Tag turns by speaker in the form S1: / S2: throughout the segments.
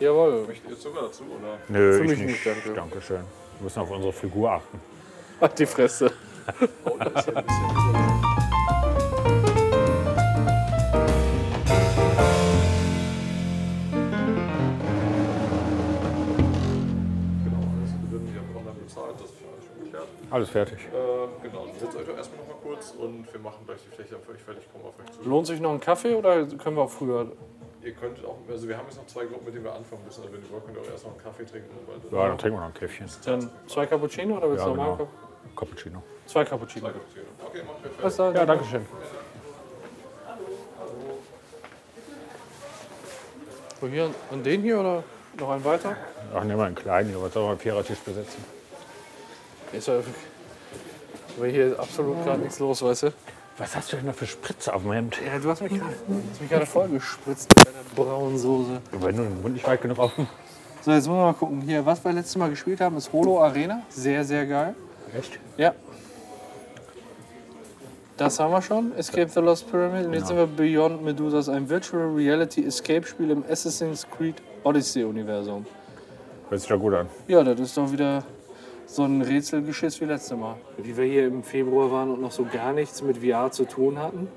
S1: Jawohl.
S2: Möchtet ihr Zucker dazu, oder?
S3: Nö,
S1: Für
S3: ich
S1: mich
S3: nicht.
S1: nicht, danke.
S3: Dankeschön. Wir müssen auf unsere Figur achten.
S1: Ach, die Fresse.
S2: Genau, alles drin. Wir haben online bezahlt, das ist ja alles schon geklärt.
S3: Alles fertig.
S2: Äh, genau, setzt euch doch erstmal noch mal kurz und wir machen gleich die Fläche dann für euch fertig. Kommen um auf euch zu.
S1: Lohnt sich noch ein Kaffee oder können wir auch früher?
S2: Ihr könntet auch, also wir haben jetzt noch zwei Gruppen, mit denen wir anfangen müssen. Also wenn ihr wollt, könnt ihr auch erstmal einen Kaffee trinken. Weil das
S3: Ja, dann trinken wir noch ein Käffchen.
S1: Dann zwei Cappuccino oder willst du
S3: Ja,
S1: normal?
S3: genau.
S1: Kaffee?
S3: Cappuccino.
S1: Zwei Cappuccino.
S2: Okay, macht mir
S1: Alles
S2: fertig.
S1: klar,
S3: Ja, danke schön.
S1: So, hier und den hier oder noch einen weiter?
S3: Ach, nehmen wir einen kleinen hier. Was soll man Vierertisch besetzen?
S1: Ist ja, aber hier ist absolut gerade nichts los, weißt du?
S3: Was hast du denn da für Spritze auf dem Hemd?
S1: Ja, du hast mich gerade, hast mich gerade vollgespritzt mit deiner braunen Soße.
S3: Wenn du den Mund nicht weit genug offen.
S1: So, jetzt wollen wir mal gucken. Hier, was wir letztes Mal gespielt haben, ist Holo Arena. Sehr, sehr geil.
S3: Echt?
S1: Ja. Das haben wir schon, Escape the Lost Pyramid. Und jetzt sind wir Beyond Medusas, ein Virtual Reality Escape Spiel im Assassin's Creed Odyssey Universum.
S3: Hört sich doch gut an.
S1: Ja, das ist doch wieder so ein Rätselgeschiss wie letztes Mal. Wie wir hier im Februar waren und noch so gar nichts mit VR zu tun hatten.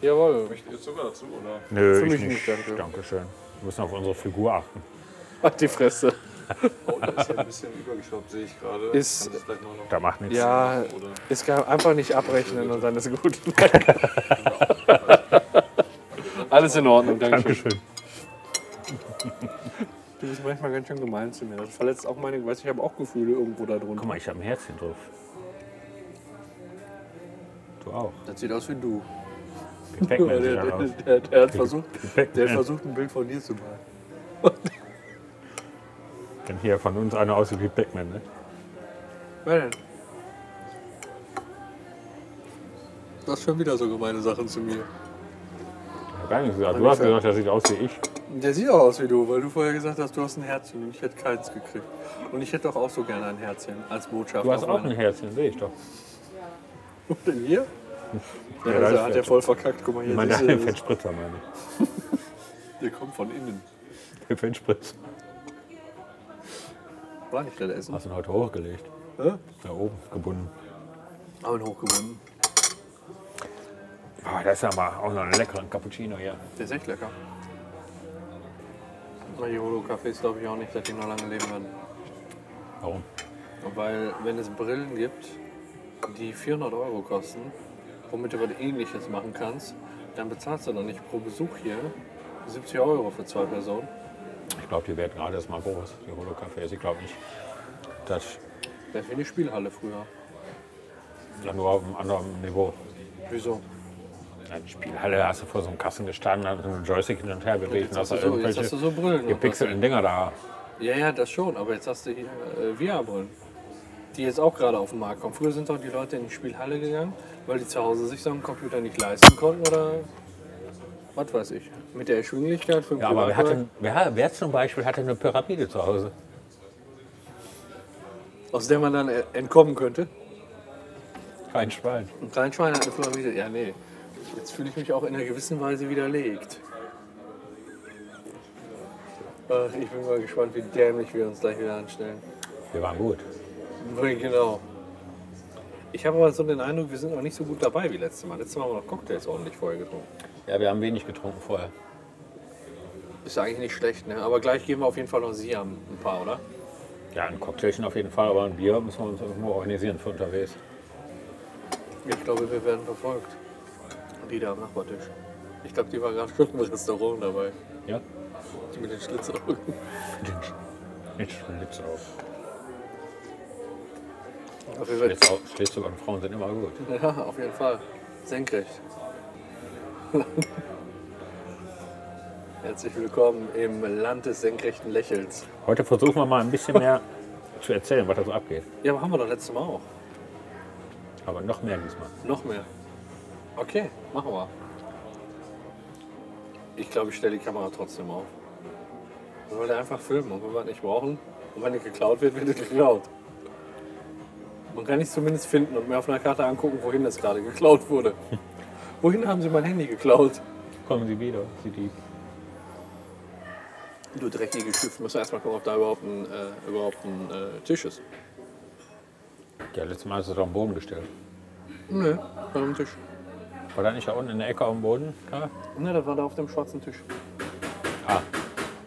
S1: Jawohl.
S2: Möchtet ihr Zucker dazu, oder?
S3: Nö,
S1: Für
S3: ich
S1: mich
S3: nicht.
S1: nicht, danke.
S3: Dankeschön. Wir müssen auf unsere Figur achten.
S1: Ach, die Fresse.
S2: Oh, da ist ja ein bisschen übergeschwappt, sehe ich gerade.
S1: Ist-
S2: Kannst du vielleicht noch, noch
S3: Da macht nichts.
S1: Ja,
S2: oder?
S1: es kann einfach nicht abrechnen und dann ist gut. Alles in Ordnung, danke.
S3: Dankeschön.
S1: Du bist manchmal ganz schön gemein zu mir. Das verletzt auch meine, weiß ich habe auch Gefühle irgendwo da drunter.
S3: Guck mal, ich habe ein Herzchen drauf. Du auch.
S1: Das sieht aus wie du.
S3: Wie Pac-Man sieht das aus.
S1: der, der hat versucht,
S3: Pac-Man.
S1: versucht, ein Bild von dir zu malen.
S3: Wenn hier von uns einer aussieht wie Pac-Man, ne?
S1: Wer denn?
S4: Du hast schon wieder so gemeine Sachen zu mir.
S3: Ich hab gar nichts gesagt. Du hast gesagt, das sieht aus wie ich.
S4: Der sieht auch aus wie du, weil du vorher gesagt hast, du hast ein Herzchen und ich hätte keins gekriegt. Und ich hätte doch auch so gerne ein Herzchen als Botschaft.
S3: Du hast
S4: auf
S3: auch ein
S4: meiner-
S3: Herzchen, sehe ich doch.
S4: Und denn hier? Ja,
S3: da ist
S4: also hat
S3: der.
S4: er voll verkackt. Guck mal, hier
S3: Meine
S4: siehst du, das-
S3: Fettspritzer, meine ich.
S4: Der kommt von innen.
S3: Der Fettspritzer.
S4: War nicht das Essen.
S3: Hast du ihn heute hochgelegt?
S4: Hä?
S3: Da oben gebunden.
S4: Aber ihn hochgebunden.
S3: Boah, Ah, das ist ja mal auch noch einen leckeren Cappuccino hier.
S4: Der ist echt lecker. Na, die Holo-Cafés glaube ich auch nicht, dass die noch lange leben werden.
S3: Warum?
S4: Weil, wenn es Brillen gibt, die 400 Euro kosten, womit du was ähnliches machen kannst, dann bezahlst du doch nicht pro Besuch hier 70 Euro für zwei Personen.
S3: Ich glaube, die werden gerade erstmal groß, die Holo-Cafés. Ich glaube nicht, dass
S4: Das ist wie eine Spielhalle früher.
S3: ja nur auf einem anderen Niveau.
S4: Wieso?
S3: In der Spielhalle hast du vor so einem Kasten gestanden, hast einen Joystick hin und her bewegt
S4: Jetzt
S3: und hast
S4: hast,
S3: da
S4: du so, jetzt hast du
S3: irgendwelche
S4: so Brillen. und
S3: gepixelten Dinger da.
S4: was. Ja, ja, das schon, aber jetzt hast du hier äh, VR-Brillen, die jetzt auch gerade auf den Markt kommen. Früher sind doch die Leute in die Spielhalle gegangen, weil die zu Hause sich so einen Computer nicht leisten konnten oder was weiß ich. Mit der Erschwinglichkeit für den
S3: Ja, aber wer, hat
S4: Privatbereich-
S3: denn, wer, wer zum Beispiel hatte eine Pyramide zu Hause?
S4: aus der man dann äh, entkommen könnte.
S3: Kein Schwein.
S4: Ein kleines Schwein hat eine Pyramide. Ja, nee. Jetzt fühle ich mich auch in einer gewissen Weise widerlegt. Ach, ich bin mal gespannt, wie dämlich wir uns gleich wieder anstellen.
S3: Wir waren gut.
S4: Nee, Genau. Ich habe aber so den Eindruck, wir sind noch nicht so gut dabei wie letztes Mal. Letztes Mal haben wir noch Cocktails ordentlich vorher getrunken.
S3: Ja, wir haben wenig getrunken vorher.
S4: Ist ja eigentlich nicht schlecht, ne? Aber gleich geben wir auf jeden Fall noch Siam ein paar, oder?
S3: Ja, ein Cocktailchen auf jeden Fall, aber ein Bier müssen wir uns irgendwo organisieren für unterwegs.
S4: Ich glaube, wir werden verfolgt. Die da am Nachbartisch. Ich glaube, die war gerade schon im Restaurant dabei.
S3: Ja?
S4: Die mit den Schlitzaugen.
S3: Den Sch- Den Schlitz auf.
S4: Auf jeden Fall
S3: Schlitz auf. Schlitze von Frauen sind immer gut.
S4: Ja, auf jeden Fall. Senkrecht. Herzlich willkommen im Land des senkrechten Lächelns.
S3: Heute versuchen wir mal ein bisschen mehr zu erzählen, was da so abgeht.
S4: Ja, aber haben wir doch letztes Mal auch.
S3: Aber noch mehr diesmal.
S4: Noch mehr. Okay, machen wir. Ich glaube, ich stelle die Kamera trotzdem auf. Wir wollen einfach filmen und wenn wir es nicht brauchen und wenn es geklaut wird, wird es geklaut. Man kann es zumindest finden und mir auf einer Karte angucken, wohin das gerade geklaut wurde. wohin haben sie mein Handy geklaut?
S3: Kommen Sie wieder, Sie die.
S4: Du dreckige Stufen, musst du erstmal gucken, ob da überhaupt ein, äh, überhaupt ein äh, Tisch ist.
S3: Ja, letztes Mal hast du es auf den Boden gestellt.
S4: Nö, war am Tisch.
S3: War da nicht da unten in der Ecke am Boden? Ja.
S4: Ne, das war da auf dem schwarzen Tisch.
S3: Ah,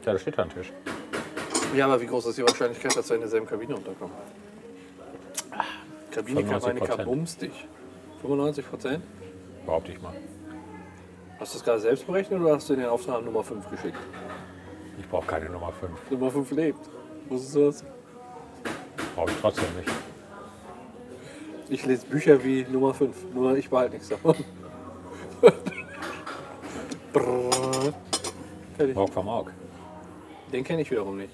S3: ja, da steht da ein Tisch.
S4: Ja, aber wie groß ist die Wahrscheinlichkeit, dass wir in derselben Kabine unterkommen? Ah, Kabine
S3: 95%.
S4: Kabine bums dich. 95 Prozent?
S3: Behaupte ich mal.
S4: Hast du das gerade selbst berechnet oder hast du den Auftrag an Nummer 5 geschickt?
S3: Ich brauche keine Nummer 5.
S4: Nummer 5 lebt. Wusstest du das?
S3: Brauche ich trotzdem nicht.
S4: Ich lese Bücher wie Nummer 5, nur ich behalte nichts davon. Brrr. Fertig.
S3: Rock vom Aug.
S4: Den kenne ich wiederum nicht.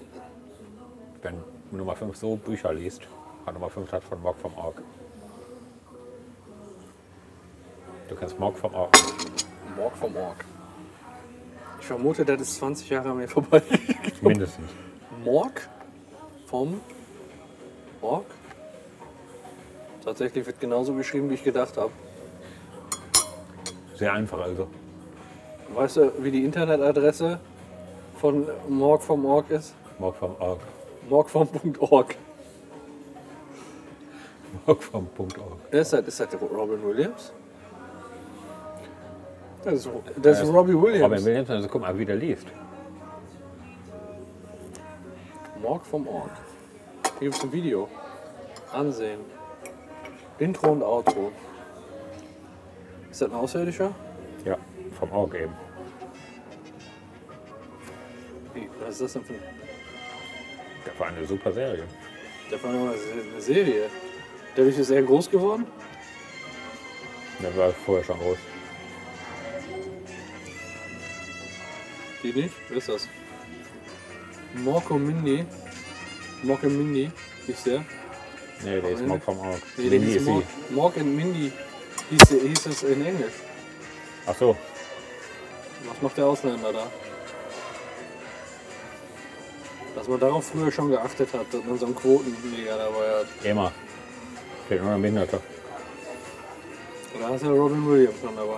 S3: Wenn Nummer 5 so Bücher liest, hat Nummer 5 hat von Mock vom Aug. Du kannst Mock vom Aug.
S4: Morg vom Morg. Ich vermute, das ist 20 Jahre an mir vorbei.
S3: Mindestens.
S4: Morg vom Morg? Tatsächlich wird genauso geschrieben, wie ich gedacht habe.
S3: Sehr einfach also.
S4: Weißt du, wie die Internetadresse von Morg vom Morg ist?
S3: Mock vom Aug.
S4: Morgvom.org.
S3: Mock vom Punkt Aug.
S4: Ist das, ist das Robin Williams? Das ist, das ist
S3: Ja,
S4: Robbie
S3: Robin
S4: Williams.
S3: Williams, also guck mal, wie der liest.
S4: Morg vom Org. Hier gibt es ein Video. Ansehen. Intro und Outro. Ist das ein Außerirdischer?
S3: Ja, vom Aug eben.
S4: Wie, was ist das denn für ein-
S3: Das war eine super Serie.
S4: Der war mal eine Serie. Dadurch ist er groß geworden?
S3: Der war vorher schon groß.
S4: Die nicht? Wer ist das? Morco Mindy. Morco Mindy hieß der.
S3: Nee, der ist Mock vom Aug.
S4: Nee,
S3: Mindy
S4: der hieß
S3: ist sie.
S4: Mork, Mork and Mindy hieß, der- hieß es in Englisch.
S3: Ach so,
S4: Was macht der Ausländer da? Dass man darauf früher schon geachtet hat, dass man so einen Quotenjäger dabei hat.
S3: immer. Fehlt nur ein Behinderter.
S4: Da ist ja Robin Williams schon dabei.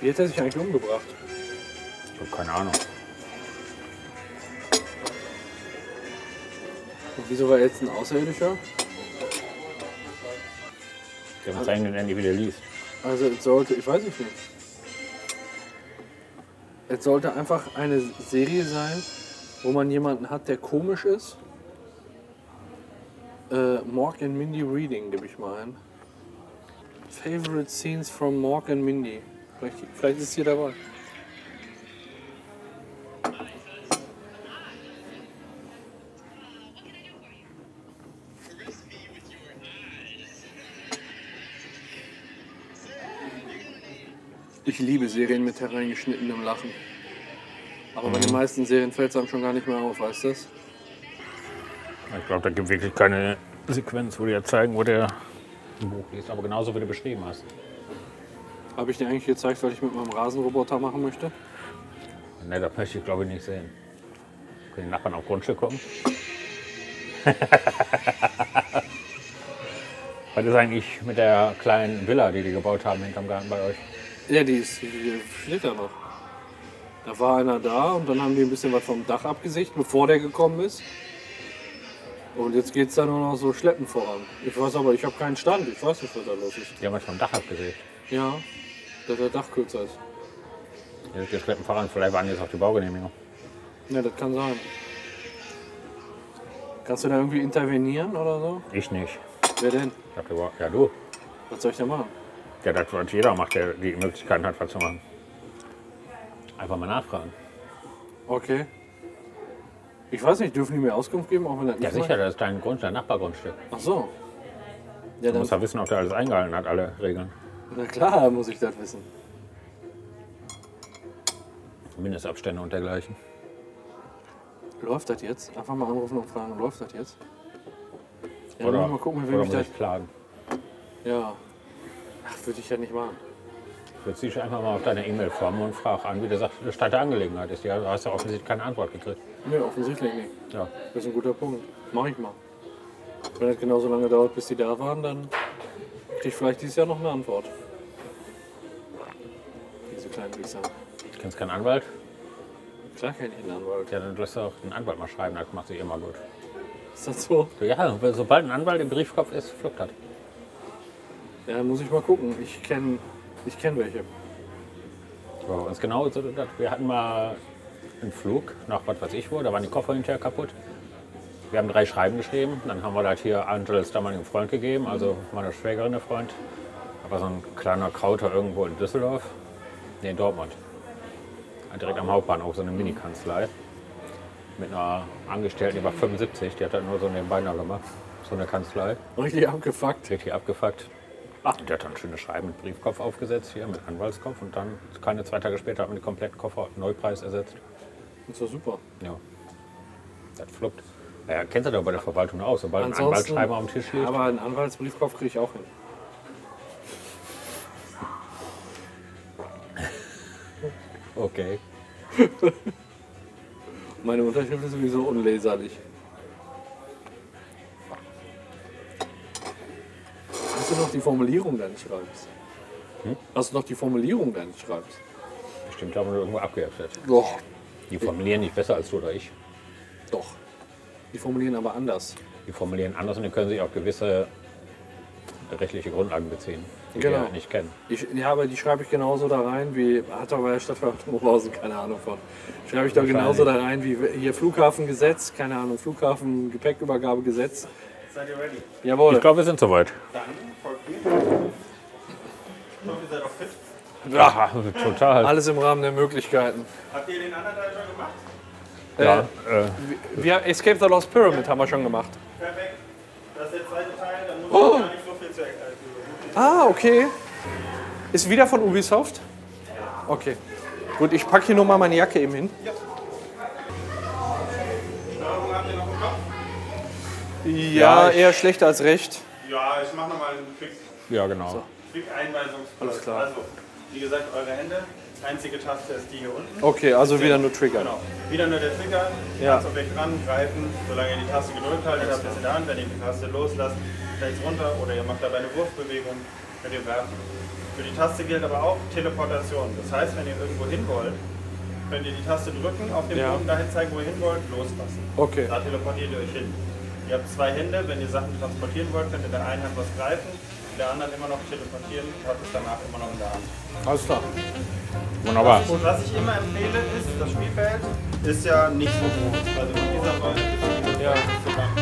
S4: Wie hat er sich eigentlich umgebracht?
S3: Ich hab keine Ahnung.
S4: Und wieso war er jetzt ein Außerirdischer?
S3: Der muss eigentlich nennen, wie der liest.
S4: Also es sollte, ich weiß es nicht. Es sollte einfach eine Serie sein, wo man jemanden hat, der komisch ist. Äh, Mork and Mindy Reading gebe ich mal ein. Favorite Scenes from Mork and Mindy. Vielleicht, vielleicht ist hier dabei. Ich liebe Serien mit hereingeschnittenem Lachen. Aber bei den meisten Serien fällt es einem schon gar nicht mehr auf, weißt du das?
S3: Ich glaube, da gibt wirklich keine Sequenz, wo die ja zeigen, wo der ein Buch liest. Aber genauso, wie du beschrieben hast.
S4: Habe ich dir eigentlich gezeigt, was ich mit meinem Rasenroboter machen möchte?
S3: Ne, das möchte ich, glaube ich, nicht sehen. Können die Nachbarn auf Grundstück gucken? Was ist eigentlich mit der kleinen Villa, die die gebaut haben hinterm Garten bei euch?
S4: Ja, die, ist, die steht da noch. Da war einer da und dann haben die ein bisschen was vom Dach abgesicht, bevor der gekommen ist. Und jetzt geht es da nur noch so schleppen voran. Ich weiß aber, ich habe keinen Stand. Ich weiß nicht, was da los ist.
S3: Die haben euch vom Dach abgesehen.
S4: Ja, dass der Dach kürzer ist.
S3: Ihr seid geschleppten voran, vielleicht waren die jetzt auf die Baugenehmigung.
S4: Ja, das kann sein. Kannst du da irgendwie intervenieren oder so?
S3: Ich nicht.
S4: Wer denn?
S3: Ich hab die Bau- ja, du.
S4: Was soll ich denn machen?
S3: Ja, das, was jeder macht, der die Möglichkeit hat, was zu machen. Einfach mal nachfragen.
S4: Okay. Ich weiß nicht, dürfen die mir Auskunft geben, auch wenn das
S3: Ja,
S4: nicht
S3: sicher, das ist dein Grund, dein Nachbargrundstück.
S4: Ach so. Ja,
S3: Du
S4: dann,
S3: musst ja wissen, ob der alles eingehalten hat, alle Regeln.
S4: na klar, muss ich das wissen.
S3: Mindestabstände und dergleichen.
S4: Läuft das jetzt? Einfach mal anrufen und fragen, läuft das jetzt? Ja,
S3: Oder-
S4: dann mal gucken, wie
S3: oder
S4: mich
S3: muss
S4: das.
S3: ich klagen?
S4: Ja. Ach, würde ich ja nicht machen.
S3: Jetzt zieh ich einfach mal auf deine E-Mail-Form und frag an, wie der Sach- Stand der Angelegenheit ist. Ja, du hast ja offensichtlich keine Antwort gekriegt.
S4: Nö, offensichtlich nicht.
S3: Ja,
S4: Das ist ein guter Punkt. Mach ich mal. Wenn das genauso lange dauert, bis die da waren, dann krieg ich vielleicht dieses Jahr noch eine Antwort. Diese kleinen Wichser.
S3: du kennst keinen Anwalt?
S4: Klar kennt ihr den Anwalt.
S3: Ja, dann lässt du auch den Anwalt mal schreiben, das macht sich immer gut.
S4: Ist das so?
S3: Ja, weil sobald ein Anwalt im Briefkopf ist, fluppt das.
S4: Ja, muss ich mal gucken. Ich kenne ich kenn welche.
S3: Bei uns genau so das. Wir hatten mal einen Flug nach was weiß ich wo, da waren die Koffer hinterher kaputt. Wir haben drei Schreiben geschrieben, dann haben wir das hier Angeles damaligen Freund gegeben, also meiner Schwägerin der Freund. Aber so ein kleiner Krauter irgendwo in Düsseldorf, nee, in Dortmund. Direkt am Hauptbahnhof, so eine Mini-Kanzlei. Mit einer Angestellten über 75, die hat das nur so nebenbei noch gemacht. So eine Kanzlei.
S4: Richtig abgefuckt.
S3: Richtig abgefuckt. Der hat dann schöne Scheiben mit Briefkopf aufgesetzt, hier mit Anwaltskopf. Und dann, keine zwei Tage später, hat man den kompletten Koffer auf Neupreis ersetzt.
S4: Ist doch super.
S3: Ja. Das fluppt. Naja, kennst du doch bei der Verwaltung aus. Sobald ein
S4: Ansonsten-
S3: Anwaltschreiben auf dem Tisch liegt,
S4: Aber einen Anwaltsbriefkopf kriege ich auch hin.
S3: okay.
S4: Meine Unterschrift ist sowieso unleserlich. Hast du noch die Formulierung deines Schreibens?
S3: Hm?
S4: Hast du noch die Formulierung deines Schreibens?
S3: Bestimmt haben wir irgendwo abgeäpfelt.
S4: Doch,
S3: Die formulieren nicht besser als du oder ich.
S4: doch. Die formulieren aber anders.
S3: Die formulieren anders und die können sich auf gewisse rechtliche Grundlagen beziehen, die wir
S4: Genau.
S3: halt nicht kennen.
S4: Ich, ja, aber die schreibe ich genauso da rein wie, hat doch bei der Stadtverwaltung Oberhausen keine Ahnung von. Schreibe ich doch genauso da rein wie hier Flughafengesetz, keine Ahnung, Flughafen, Gepäckübergabegesetz. Seid ihr ready? Jawohl.
S3: Ich glaube, wir sind soweit.
S5: hoffe, ihr seid auch fit.
S3: Ja, total.
S4: Alles im Rahmen der Möglichkeiten.
S5: Habt ihr den Underdiver gemacht?
S3: Ja,
S4: Äh,
S3: äh,
S4: wir, Escape the Lost Pyramid haben wir schon gemacht.
S5: Perfekt. Das ist der zweite Teil, dann muss
S4: Oh.
S5: ich gar nicht so viel zu erklären.
S4: Ah, okay. Ist wieder von Ubisoft? Okay. Gut, ich packe hier nur mal meine Jacke eben hin.
S5: Steuerung habt ihr noch im Kopf?
S4: Ja, eher schlechter als recht.
S5: Ja, ich mache nochmal einen Quick,
S3: ja, genau.
S5: Quick Einweisungskurs.
S4: Alles klar.
S5: Also, wie gesagt, eure Hände. Einzige Taste ist die hier unten.
S4: Okay, also wieder nur Trigger.
S5: Genau. Wieder nur der Trigger.
S4: Ja.
S5: Ganz Objekt ran, greifen. Solange ihr die Taste gedrückt haltet, habt ihr es in der Hand. Wenn ihr die Taste loslasst, fällt es runter. Oder ihr macht dabei eine Wurfbewegung, könnt ihr werfen. Für die Taste gilt aber auch Teleportation. Das heißt, wenn ihr irgendwo hin wollt, könnt ihr die Taste drücken, auf dem
S4: Ja.
S5: Boden dahin zeigen, wo ihr hin wollt, loslassen.
S4: Okay.
S5: Da teleportiert ihr euch hin. Ihr habt zwei Hände, wenn ihr Sachen transportieren wollt, könnt ihr der einen Hand was greifen, mit der anderen immer noch teleportieren und habt es danach immer noch in der Hand.
S4: Alles klar.
S3: Wunderbar.
S5: Und was ich immer empfehle ist, das Spielfeld ist ja nicht so groß. Also von dieser Seite bis zu dieser Seite zu machen.